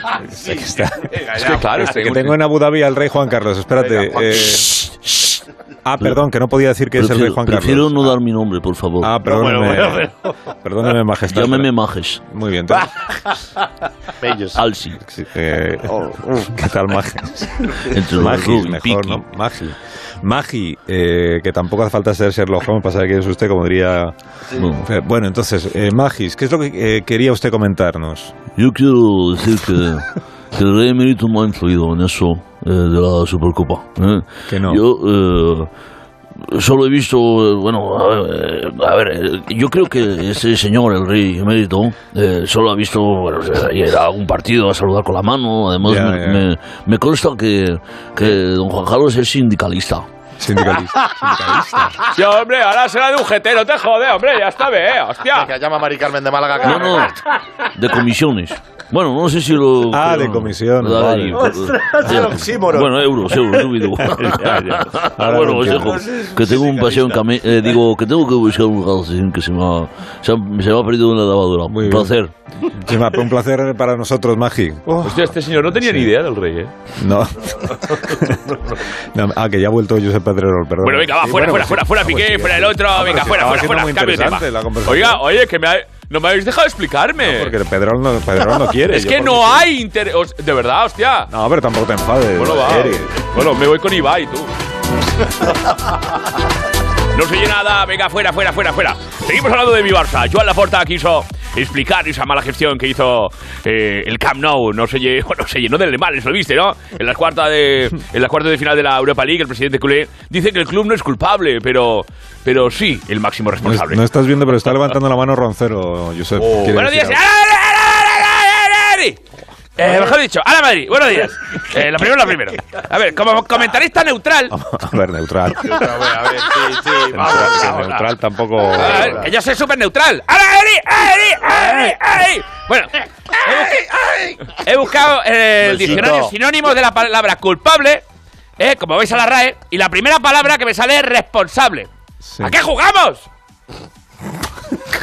S3: Árabes. Sí, que está-
S4: Es que *laughs* claro,
S3: Este,
S4: este-
S3: que tengo en Abu Dhabi al rey Juan Carlos, espérate.
S11: Venga, Juan.
S3: eh, ah, perdón, que no podía decir que es el rey Juan Carlos.
S11: prefiero no dar mi nombre, por favor.
S3: Ah, perdóneme. Perdóneme, majestad.
S11: Llámeme Majes.
S4: *laughs*
S3: Muy bien. entonces-
S11: Bellos. Alsi.
S3: Eh,
S4: Oh,
S3: ¿Qué tal, Magi?
S11: Entre los
S3: Magi,
S11: Rubi,
S3: mejor,
S11: Piki.
S3: ¿no? Magi. Magi, eh, que tampoco hace falta ser Sherlock Holmes para saber quién es usted, como diría... Eh, Bueno, entonces, eh, Magis, ¿qué es lo que eh, quería usted comentarnos?
S11: Yo quiero decir que, que el Rey Emérito me ha influido en eso eh, de la Supercopa. ¿eh? Yo eh, solo he visto, eh, bueno, a ver, eh, a ver, eh, yo creo que ese señor, el Rey Emérito, eh, solo ha visto bueno, eh, ir a algún partido a saludar con la mano. Además,
S3: Ya,
S11: me,
S3: ya.
S11: me- me consta que, que don Juan Carlos es sindicalista.
S3: Sindicalista.
S4: *laughs* Ya, hombre, ahora será de un GT, no te jode, hombre, ya está, ve, eh, hostia.
S7: Que llama a Mari Carmen de Málaga. que la
S11: No, no,
S7: venga.
S11: de comisiones. Bueno, no sé si lo.
S3: Ah,
S11: pero-
S3: de comisión,
S11: Ah,
S3: vale.
S11: y-
S3: Ostras,
S11: ya.
S3: el oxímoron.
S11: Bueno, euros, euros, yo
S5: *laughs*
S11: digo. Ah,
S3: Ya, ya. Ahora
S11: bueno,
S3: lo
S11: os
S3: entiendo.
S11: dejo. Que tengo un paseo en camino. digo, que tengo que buscar un calcetín que se me ha, se ha- se me ha perdido en la lavadora.
S3: Muy
S11: un
S3: bien.
S11: placer.
S3: Sí, ma, Un placer para nosotros, Magi.
S4: Hostia, este señor no tenía ni idea del rey, eh. *laughs*
S3: No. No, Ah, que ya ha vuelto Josep Pedrerol, perdón.
S4: Bueno, venga, va,
S3: Sí,
S4: fuera,
S3: bueno,
S4: fuera, fuera,
S3: sí.
S4: fuera,
S3: Ah, pues
S4: Piqué,
S3: sí,
S4: fuera
S3: sí.
S4: el otro,
S3: Ah, pero
S4: venga,
S3: si
S4: fuera,
S3: estaba
S4: fuera, fuera,
S3: siendo muy
S4: cambio de tema.
S3: interesante la conversación.
S4: Oiga, oye, que me ha- no me habéis dejado explicarme.
S3: Porque Pedrerol no, Pedrerol no quiere.
S4: es
S3: yo
S4: que
S3: por
S4: no
S3: mí sí.
S4: hay interés, de verdad, hostia.
S3: No, pero tampoco te enfades.
S4: Bueno, va.
S3: Eri.
S4: Bueno, me voy con Ibai,
S3: *laughs*
S4: tú. No se oye nada, venga, fuera, fuera, fuera, fuera. Seguimos hablando de mi Barça. Joan Laporta quiso explicar esa mala gestión que hizo eh, el Camp Nou. *laughs* No se, lle- bueno, se llenó de alemanes, lo viste, ¿no? En las cuartas
S3: *laughs*
S4: de, en las cuartas de final de la Europa League, el presidente culé dice que el club no es culpable, pero, pero sí el máximo
S3: No, es-
S4: responsable.
S3: no estás viendo, pero está levantando la mano Roncero, Josep. Quiere
S4: Oh, Buenos
S3: decir
S4: días. Eh, mejor dicho, a la Madrid, buenos
S3: *laughs*
S4: días. Eh, lo primero, lo primero. A ver, como comentarista neutral,
S3: algo. *laughs* A ver, neutral.
S4: vamos, vamos.
S14: Neutral tampoco.
S4: A ver, Ah, que yo soy súper neutral. ¡Ala, Eri! ¡Eri! ¡Eri! ¡Eri! Bueno, he bus- he buscado en el
S14: Besito.
S4: diccionario sinónimos de la palabra culpable, eh, como veis a la RAE, y la primera palabra que me sale es responsable. ¿A qué jugamos?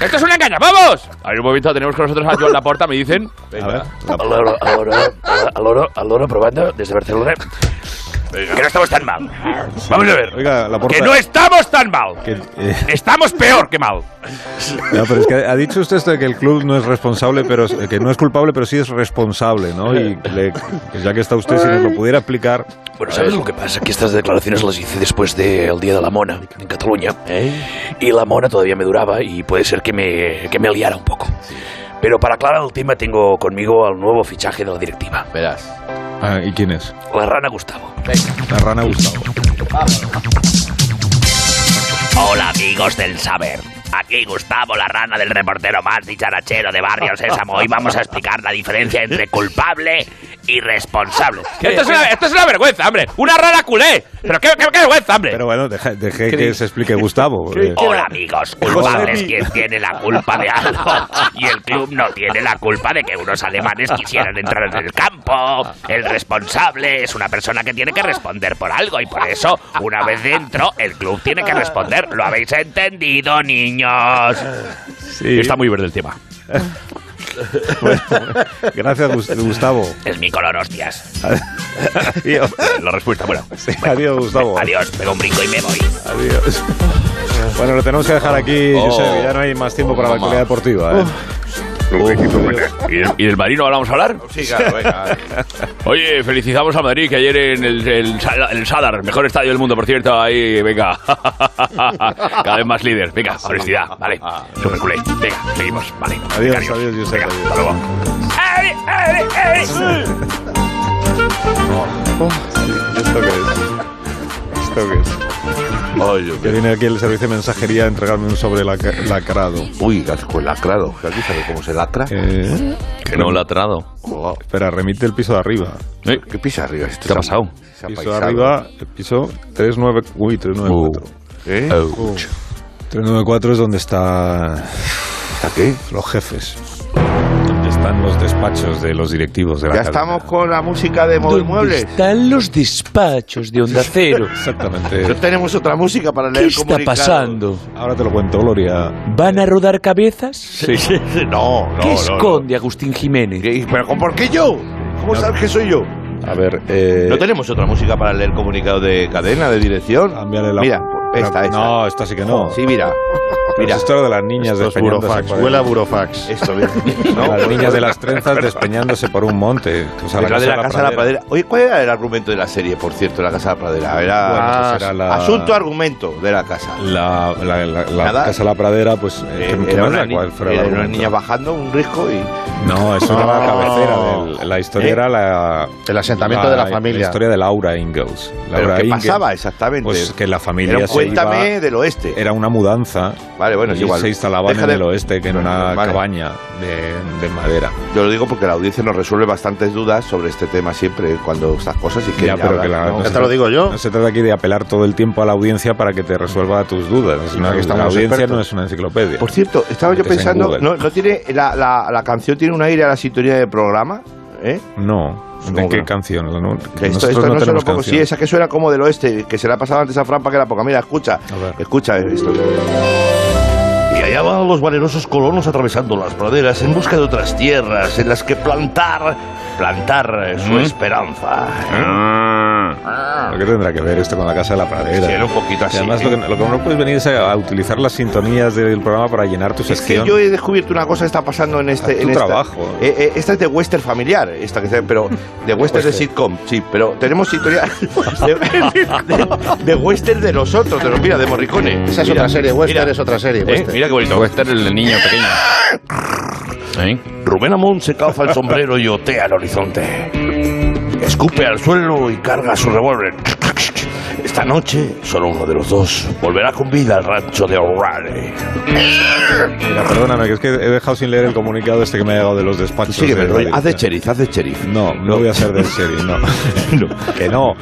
S4: ¡Esto es un engaño! ¡Vamos! A ver, un momento, tenemos con nosotros a Joan Laporta, me dicen.
S3: A ver.
S8: Al loro, al loro, al loro, al loro probando desde Barcelona.
S4: Que no estamos tan mal. Vamos a ver.
S3: Oiga, la porta.
S4: Que no estamos tan mal.
S3: que, eh,
S4: Estamos peor que mal.
S3: no, pero es que ha dicho usted esto de que el club no es responsable, pero es- que no es culpable, pero sí es responsable, ¿no? Y le- pues ya que está usted, si nos lo pudiera explicar.
S8: Bueno, ¿sabes lo que pasa? Que estas declaraciones las hice después del Día de la Mona en Cataluña.
S3: Eh.
S8: Y la Mona todavía me duraba y puede ser que me, que me liara un poco. Pero para aclarar el tema tengo conmigo al nuevo fichaje de la directiva. Verás.
S3: Ah, ¿Y quién es?
S8: La rana Gustavo.
S3: La rana Gustavo.
S15: Hola amigos del saber. Aquí Gustavo, la rana del reportero más dicharachero de Barrio Sésamo. Hoy vamos a explicar la diferencia entre culpable y responsable.
S4: Esto es, una, esto es una vergüenza, hombre. Una rara culé. Pero qué, qué, qué vergüenza, hombre.
S3: Pero bueno, deje, deje que se explique Gustavo. eh. porque-
S15: Hola amigos, culpable es quien tiene la culpa de
S4: *laughs*
S15: algo y el club no tiene la culpa de que unos alemanes quisieran entrar en el campo. El responsable es una persona que tiene que responder por algo y por eso una vez dentro el club tiene que responder. ¿Lo habéis entendido, niños?
S4: Está muy verde el tema.
S3: *laughs* Gracias, Gus- Gustavo.
S15: Es mi color, hostias.
S3: Adiós.
S4: La respuesta, bueno.
S3: Sí, adiós, Gustavo.
S15: Adiós, pego un brinco y me voy.
S3: Adiós. Bueno, lo tenemos que dejar aquí,
S4: Oh.
S3: Josep, que ya no hay más tiempo para la
S4: mamá.
S3: actualidad deportiva. ¿eh?
S4: ¿Y, del- y del Madrid no hablamos a hablar?
S5: *laughs* Sí, claro, venga.
S4: Oye, felicitamos a Madrid que ayer en el, el, Sal- el Sadar, el mejor estadio del mundo, por cierto, ahí, venga. *laughs* Cada vez más líder. Venga, honestidad, vale. Super culé. Venga, seguimos, vale.
S3: Adiós, adiós, Josep. adiós.
S15: ¡Ey, ey, ey!
S3: ¿Esto qué es? ¿Esto qué es? que viene aquí el servicio de mensajería a entregarme un sobre laca- lacrado.
S5: Uy, con lacrado. ¿Aquí sabe cómo se lacra?
S3: Eh. que
S5: no,
S3: latrado. Espera, remite el piso de arriba.
S5: ¿Qué pisa arriba? Esto
S3: ¿Qué ha
S5: se
S3: pasado?
S5: se ha
S3: piso de
S5: paisado.
S3: arriba, el piso 39. Uy, 394.
S5: ¿Eh?
S3: Ouch. 394 es donde está.
S5: qué?
S3: Los jefes. Donde están los despachos de los directivos de la
S5: Ya
S3: cadena.
S5: estamos con la música de Móvil Muebles.
S8: Están los despachos de Onda
S5: *laughs*
S8: Cero.
S3: Exactamente.
S5: No tenemos otra música para
S8: ¿Qué
S5: leer
S8: está
S5: comunicados.
S8: pasando?
S3: Ahora te lo cuento, Gloria.
S8: ¿Van a rodar cabezas?
S5: *laughs* No, no,
S8: ¿Qué
S5: no,
S8: esconde Agustín Jiménez?
S5: ¿Pero con por qué yo? ¿Cómo sabes que soy yo?
S3: A ver, eh,
S5: No tenemos otra música para leer comunicados de cadena, de dirección.
S3: Cámbiale la-
S5: Mira, esta, esta.
S3: No, esta sí que no.
S5: Sí, mira.
S3: Mira.
S5: Mira.
S3: Es esto de las niñas
S7: Estos
S3: despeñándose
S7: burofax,
S3: por-
S7: huele a burofax.
S5: Esto,
S3: *laughs*
S5: mira.
S3: No, las niñas de las
S5: tres.
S3: trenzas despeñándose por un monte. O sea,
S5: de la, de la
S3: de
S5: Casa de la Pradera. Oye, ¿cuál era el argumento de la serie, por cierto, de la Casa de la Pradera? Era,
S3: Bueno, pues era la-
S5: asunto argumento de la casa.
S3: La, la- la- la
S5: Nada.
S3: Casa de la Pradera, pues. eh,
S5: Eh,
S3: ¿qué- qué
S5: era
S3: más
S5: una,
S3: da
S5: ni-
S3: cuál fuera el
S5: era una
S3: argumento?
S5: niña bajando un risco y...
S3: No, es una
S7: No.
S3: cabecera. del- la historia
S7: ¿Eh?
S3: era la.
S7: El asentamiento de la familia.
S3: La historia de Laura Ingalls.
S5: ¿Pero
S3: Laura
S5: qué
S3: Ingalls,
S5: pasaba exactamente?
S3: Pues que la familia
S5: Era un
S3: se
S5: cuéntame
S3: iba-
S5: del oeste.
S3: Era una mudanza.
S5: Vale, bueno, es
S3: y
S5: igual.
S3: Se instalaban
S5: Deja
S3: en
S5: de-
S3: el oeste, que en
S5: Bueno,
S3: una
S5: vale.
S3: cabaña de, de madera.
S5: Yo lo digo porque la audiencia nos resuelve bastantes dudas sobre este tema siempre, cuando estas cosas y que
S3: Ya, pero
S5: hablan,
S3: que la-
S5: ¿no?
S3: no
S7: Ya
S3: se
S7: te lo
S3: trata-
S7: digo yo.
S3: No se trata aquí de apelar todo el tiempo a la audiencia para que te resuelva tus dudas. Es una,
S7: porque estamos
S3: la
S7: los
S3: audiencia
S7: expertos.
S3: no es una enciclopedia.
S5: Por cierto, estaba yo
S3: Métese en
S5: pensando,
S3: Google.
S5: ¿no, no tiene la, la- la canción tiene un aire a la sintonía del programa? ¿Eh?
S3: No. ¿De
S5: ¿Cómo que
S3: qué
S5: no?
S3: canción? No,
S5: Que Esto,
S3: nosotros
S5: esto no, se lo
S3: tenemos
S5: pongo. Sí,
S3: canción.
S5: esa que suena como del oeste, que se la ha pasado antes a Fran para que la ponga. Mira, escucha, escucha esto.
S14: Y allá van los valerosos colonos atravesando las praderas en busca de otras tierras en las que plantar, plantar eh, su esperanza.
S4: Ah,
S3: ¿Qué tendrá que ver esto con la Casa de la Pradera?
S5: Sí, era un
S3: Y
S5: poquito así,
S3: Además,
S5: ¿eh?
S3: lo que, lo que no puedes venir es a, a utilizar las sintonías del programa para llenar tu
S5: Es Pues que
S3: sección.
S5: yo he descubierto una cosa que está pasando en este.
S3: tu
S5: en esta-
S3: trabajo.
S5: Eh, eh, esta es de western familiar, esta que se- *laughs* pero de western de
S3: Western.
S5: sitcom, sí, pero tenemos *laughs* historia de, de- de western de nosotros, de los, mira, de Morricone.
S7: Esa es
S5: Mira,
S7: otra serie, Western es otra serie.
S5: Eh,
S7: Western.
S5: mira qué bonito.
S4: este
S14: Western, el niño pequeño. Rubén Amón se calza el sombrero y otea el horizonte. Escupe al suelo y carga su revólver. Esta noche, solo uno de los dos volverá con vida al rancho de O'Reilly.
S3: Mira, perdóname, que es que he dejado sin leer el comunicado este que me ha llegado de los despachos.
S5: Sigue,
S3: de
S5: pero,
S3: Radio
S5: haz de
S3: Libertad.
S5: sheriff, haz de sheriff.
S3: No, no, voy a ser del sheriff, no. Que *laughs* no.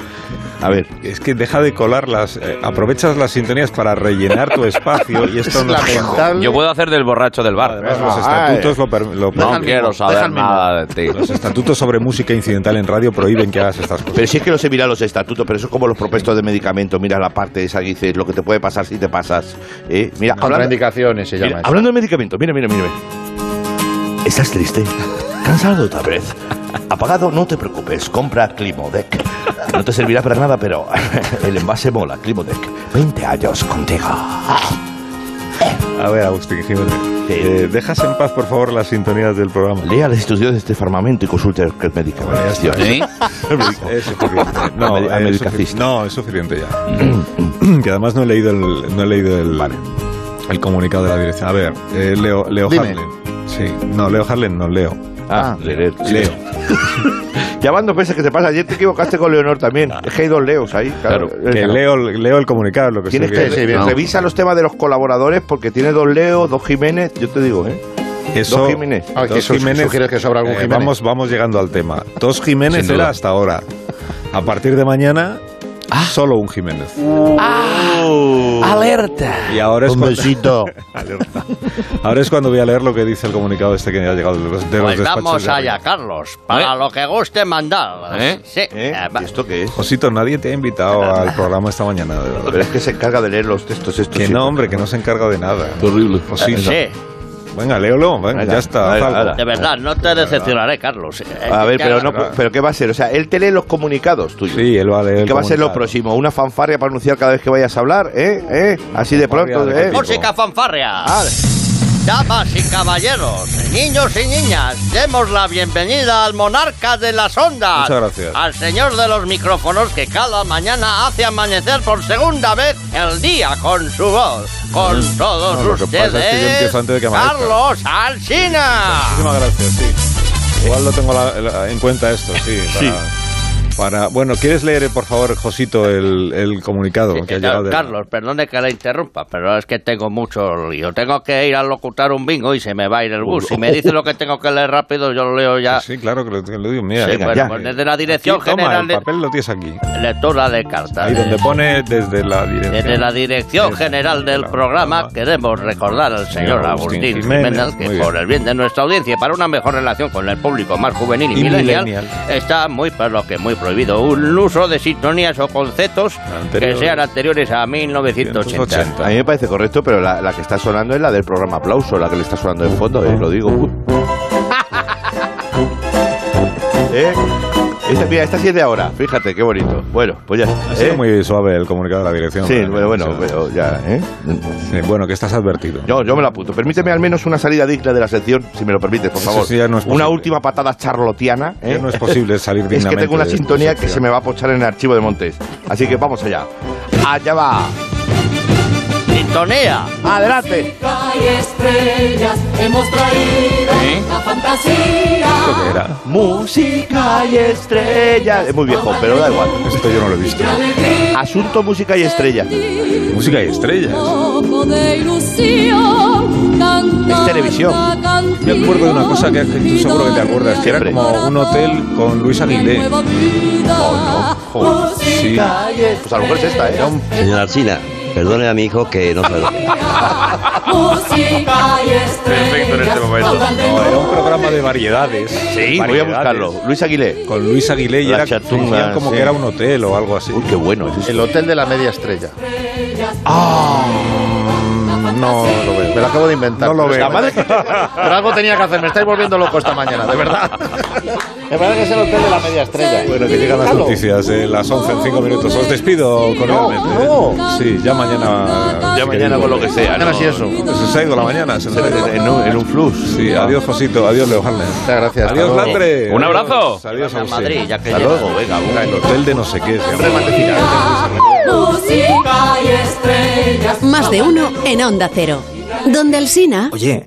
S5: A ver,
S3: es que deja de colar las. eh, aprovechas las sintonías para rellenar tu espacio y esto
S7: Es
S3: no
S7: lamentable. Ah, eh.
S16: Yo puedo hacer del borracho del bar.
S3: Además, los estatutos lo, per- lo-
S16: No quiero saber nada de ti.
S3: Los estatutos sobre música incidental en radio prohíben que hagas estas cosas.
S5: Pero si es que no se mira los estatutos, pero eso es como los propuestos de medicamento. Mira la parte esa que dice lo que te puede pasar si te pasas. ¿eh? Mira,
S7: Contraindicaciones se
S5: mira,
S7: llama. eso.
S5: hablando de medicamento, mira, mira, mira. ¿Estás triste? ¿Cansado otra vez? Apagado, no te preocupes, compra Climodec. No te servirá para nada, pero *laughs* el envase mola, Climodec. 20 años contigo.
S3: A ver, Agustín Jiménez. eh, dejas en paz, por favor, las sintonías del programa.
S5: Lea las instrucciones de este farmamento y consulte el el medicamento.
S3: ¿Eh? Es suficiente. No,
S5: A-
S3: es
S5: americacista.
S3: sufici- no, es suficiente ya. *clears throat* que además no he leído el, no he leído el, el comunicado de la dirección. A ver, eh, Leo, Leo
S7: Dime.
S3: Harlen. Sí, no, Leo Harlen, no, Leo.
S5: Ah,
S3: Leo.
S5: Llamando pensé que te pasa. Ayer te equivocaste con Leonor también. Es que hay dos Leos ahí. Claro.
S3: Que leo, leo el comunicado, lo Pues que
S5: Tienes
S3: sé
S5: que, revisa los temas de los colaboradores porque tiene dos Leos, dos Jiménez, yo te digo, ¿eh?
S3: Eso,
S5: dos Jiménez.
S3: dos Jiménez, eh, Vamos, vamos llegando al tema. Dos Jiménez
S5: Sin duda.
S3: era hasta ahora. A partir de mañana, solo un Jiménez.
S8: Alerta.
S3: Y ahora es
S7: Un
S3: cuando-
S5: *laughs*
S7: besito.
S3: Alerta. Ahora es cuando voy a leer lo que dice el comunicado este que ha llegado de los, de los
S6: Pues
S3: despachos.
S6: vamos
S3: de
S6: allá,
S3: arriba.
S6: Carlos, para lo que guste mandar.
S3: ¿Eh?
S6: Sí. eh, va-
S5: ¿Esto qué es?
S3: Josito, nadie te ha invitado al programa esta mañana, de verdad.
S5: Pero es que se encarga de leer los textos estos.
S3: Que no, hombre, que no se encarga de nada.
S16: Terrible.
S3: Josito.
S6: Sí.
S3: Venga, léelo, venga,
S5: Venga,
S3: ya está.
S5: venga,
S3: haz algo.
S5: ala.
S6: De verdad, no te decepcionaré, Carlos. Eh,
S5: A ver,
S6: ya-
S5: pero, no, pero ¿qué va a ser? O sea, él te lee los comunicados tuyos.
S3: Sí, él va a leer el
S5: ¿Qué va a ser lo
S3: comunicado.
S5: próximo? ¿Una fanfarria para anunciar cada vez que vayas a hablar? ¿Eh? ¿Eh? Así de pronto, ¿eh? Ah,
S6: Música fanfarria. Damas y caballeros, niños y niñas, demos la bienvenida al monarca de las ondas.
S3: Muchas gracias.
S6: Al señor de los micrófonos que cada mañana hace amanecer por segunda vez el día con su voz. Con todos
S3: No, lo que
S6: ustedes,
S3: pasa es que yo empiezo antes de que amanezca.
S6: Carlos Alsina.
S3: Muchísimas gracias, sí. Igual lo tengo la- la- en cuenta esto, sí. Para,
S6: Sí.
S3: para- bueno, ¿quieres leer, por favor, Josito, el, el comunicado que ha llegado? de-
S6: Carlos, perdone que la interrumpa, pero es que tengo mucho lío. Tengo que ir a locutar un bingo y se me va a ir el bus. Si me dice lo que tengo que leer rápido, yo lo leo ya.
S3: Sí, claro que lo, que lo digo. Mira,
S6: Sí,
S3: venga,
S6: bueno,
S3: ya.
S6: pues desde la Dirección
S3: Aquí, toma,
S6: General
S3: el
S6: de-
S3: papel lo tienes aquí.
S6: Lectura de cartas.
S3: Ahí donde pone desde la dirección.
S6: Desde la dirección general del programa queremos recordar al señor
S3: Señor
S6: Agustín
S3: Agustín
S6: Jiménez,
S3: Jiménez,
S6: que
S3: muy
S6: por
S3: bien.
S6: el bien de nuestra audiencia y para una mejor relación con el público más juvenil y,
S3: Y
S6: millennial,
S3: millennial.
S6: está muy por lo que muy prohibido un uso de sintonías o conceptos
S5: Anteriores.
S6: que sean anteriores a 1980.
S5: A mí me parece correcto, pero la, la que está sonando es la del programa Aplauso, la que le está sonando de fondo, eh, lo digo. *laughs* ¿Eh? Esta, mira, esta sí es de ahora, fíjate, qué bonito. Bueno, pues ya.
S3: Ha sido
S5: ¿eh?
S3: muy suave el comunicado de la dirección.
S5: Sí,
S3: realmente,
S5: bueno, bueno,
S3: o sea.
S5: pero ya, ¿eh?
S3: Sí, bueno, que estás advertido.
S5: Yo, yo me lo apunto. Permíteme al menos una salida digna de la sección, si me lo permites, por
S3: Eso
S5: favor.
S3: sí ya no es
S5: una
S3: posible.
S5: última patada charlotiana. ¿eh?
S3: Ya no es posible salir
S5: *laughs* Es que
S3: dignamente
S5: tengo una
S3: de esta
S5: sintonía que
S3: sección.
S5: se me va a pochar en el archivo de Montes. Así que vamos allá. Allá va.
S6: Sintonía.
S5: Adelante.
S2: Hay estrellas, hemos traído la fantasía.
S3: ¿Esto qué era?
S5: Música y estrellas. Es muy viejo, pero da igual.
S3: Esto yo no lo he visto.
S5: Asunto música y estrellas.
S3: Música y estrellas.
S2: Poco de ilusión. Cantar
S3: Es televisión.
S2: la
S3: Me
S2: canción
S3: acuerdo de una cosa que, que tú seguro que te acuerdas, que era como un hotel con Luis
S2: de
S3: Aguilé.
S2: nueva vida.
S3: Sí.
S2: Música y
S5: Pues a lo mejor es esta, ¿eh?
S17: Señora Alcina, perdone a mi hijo que no sabe.
S2: Música y estrellas.
S5: Perfecto en este momento.
S2: hablan de
S3: No, era un programa de variedades.
S5: Sí, voy a buscarlo. Luis Aguilé.
S3: Con Luis Aguilé y
S5: La
S3: era
S5: chatunga,
S3: decían como
S5: sí.
S3: que era un hotel o algo así. Uy,
S5: qué bueno.
S7: El Hotel de la Media Estrella.
S3: No lo veo.
S5: Me lo acabo de inventar. Ah. No lo veo. Pero algo tenía que hacer. Me estáis volviendo loco esta mañana, de verdad. Me parece que es el hotel de la media estrella.
S3: Bueno, que llegan las noticias, eh, las 11 en 5 minutos. Os despido cordialmente. ¿eh? Sí, ya mañana.
S18: Ya mañana con lo que sea,
S5: Mañana
S18: ¿no?
S5: sí eso.
S3: Se ha ido la mañana, se nos ha ido.
S18: En un, flux.
S3: Sí, adiós Josito, adiós Leo Harlem.
S5: Muchas gracias.
S3: Adiós
S5: hasta luego.
S3: Latre.
S6: Un abrazo.
S3: Adiós
S6: Gracias,
S3: Agustín.
S6: Madrid, ya que
S3: Hasta
S6: llegas.
S3: luego, venga, venga, el hotel de no sé qué. se llama.
S2: Música y estrellas.
S13: Más de uno en Onda Cero. Donde Alsina.
S19: Oye,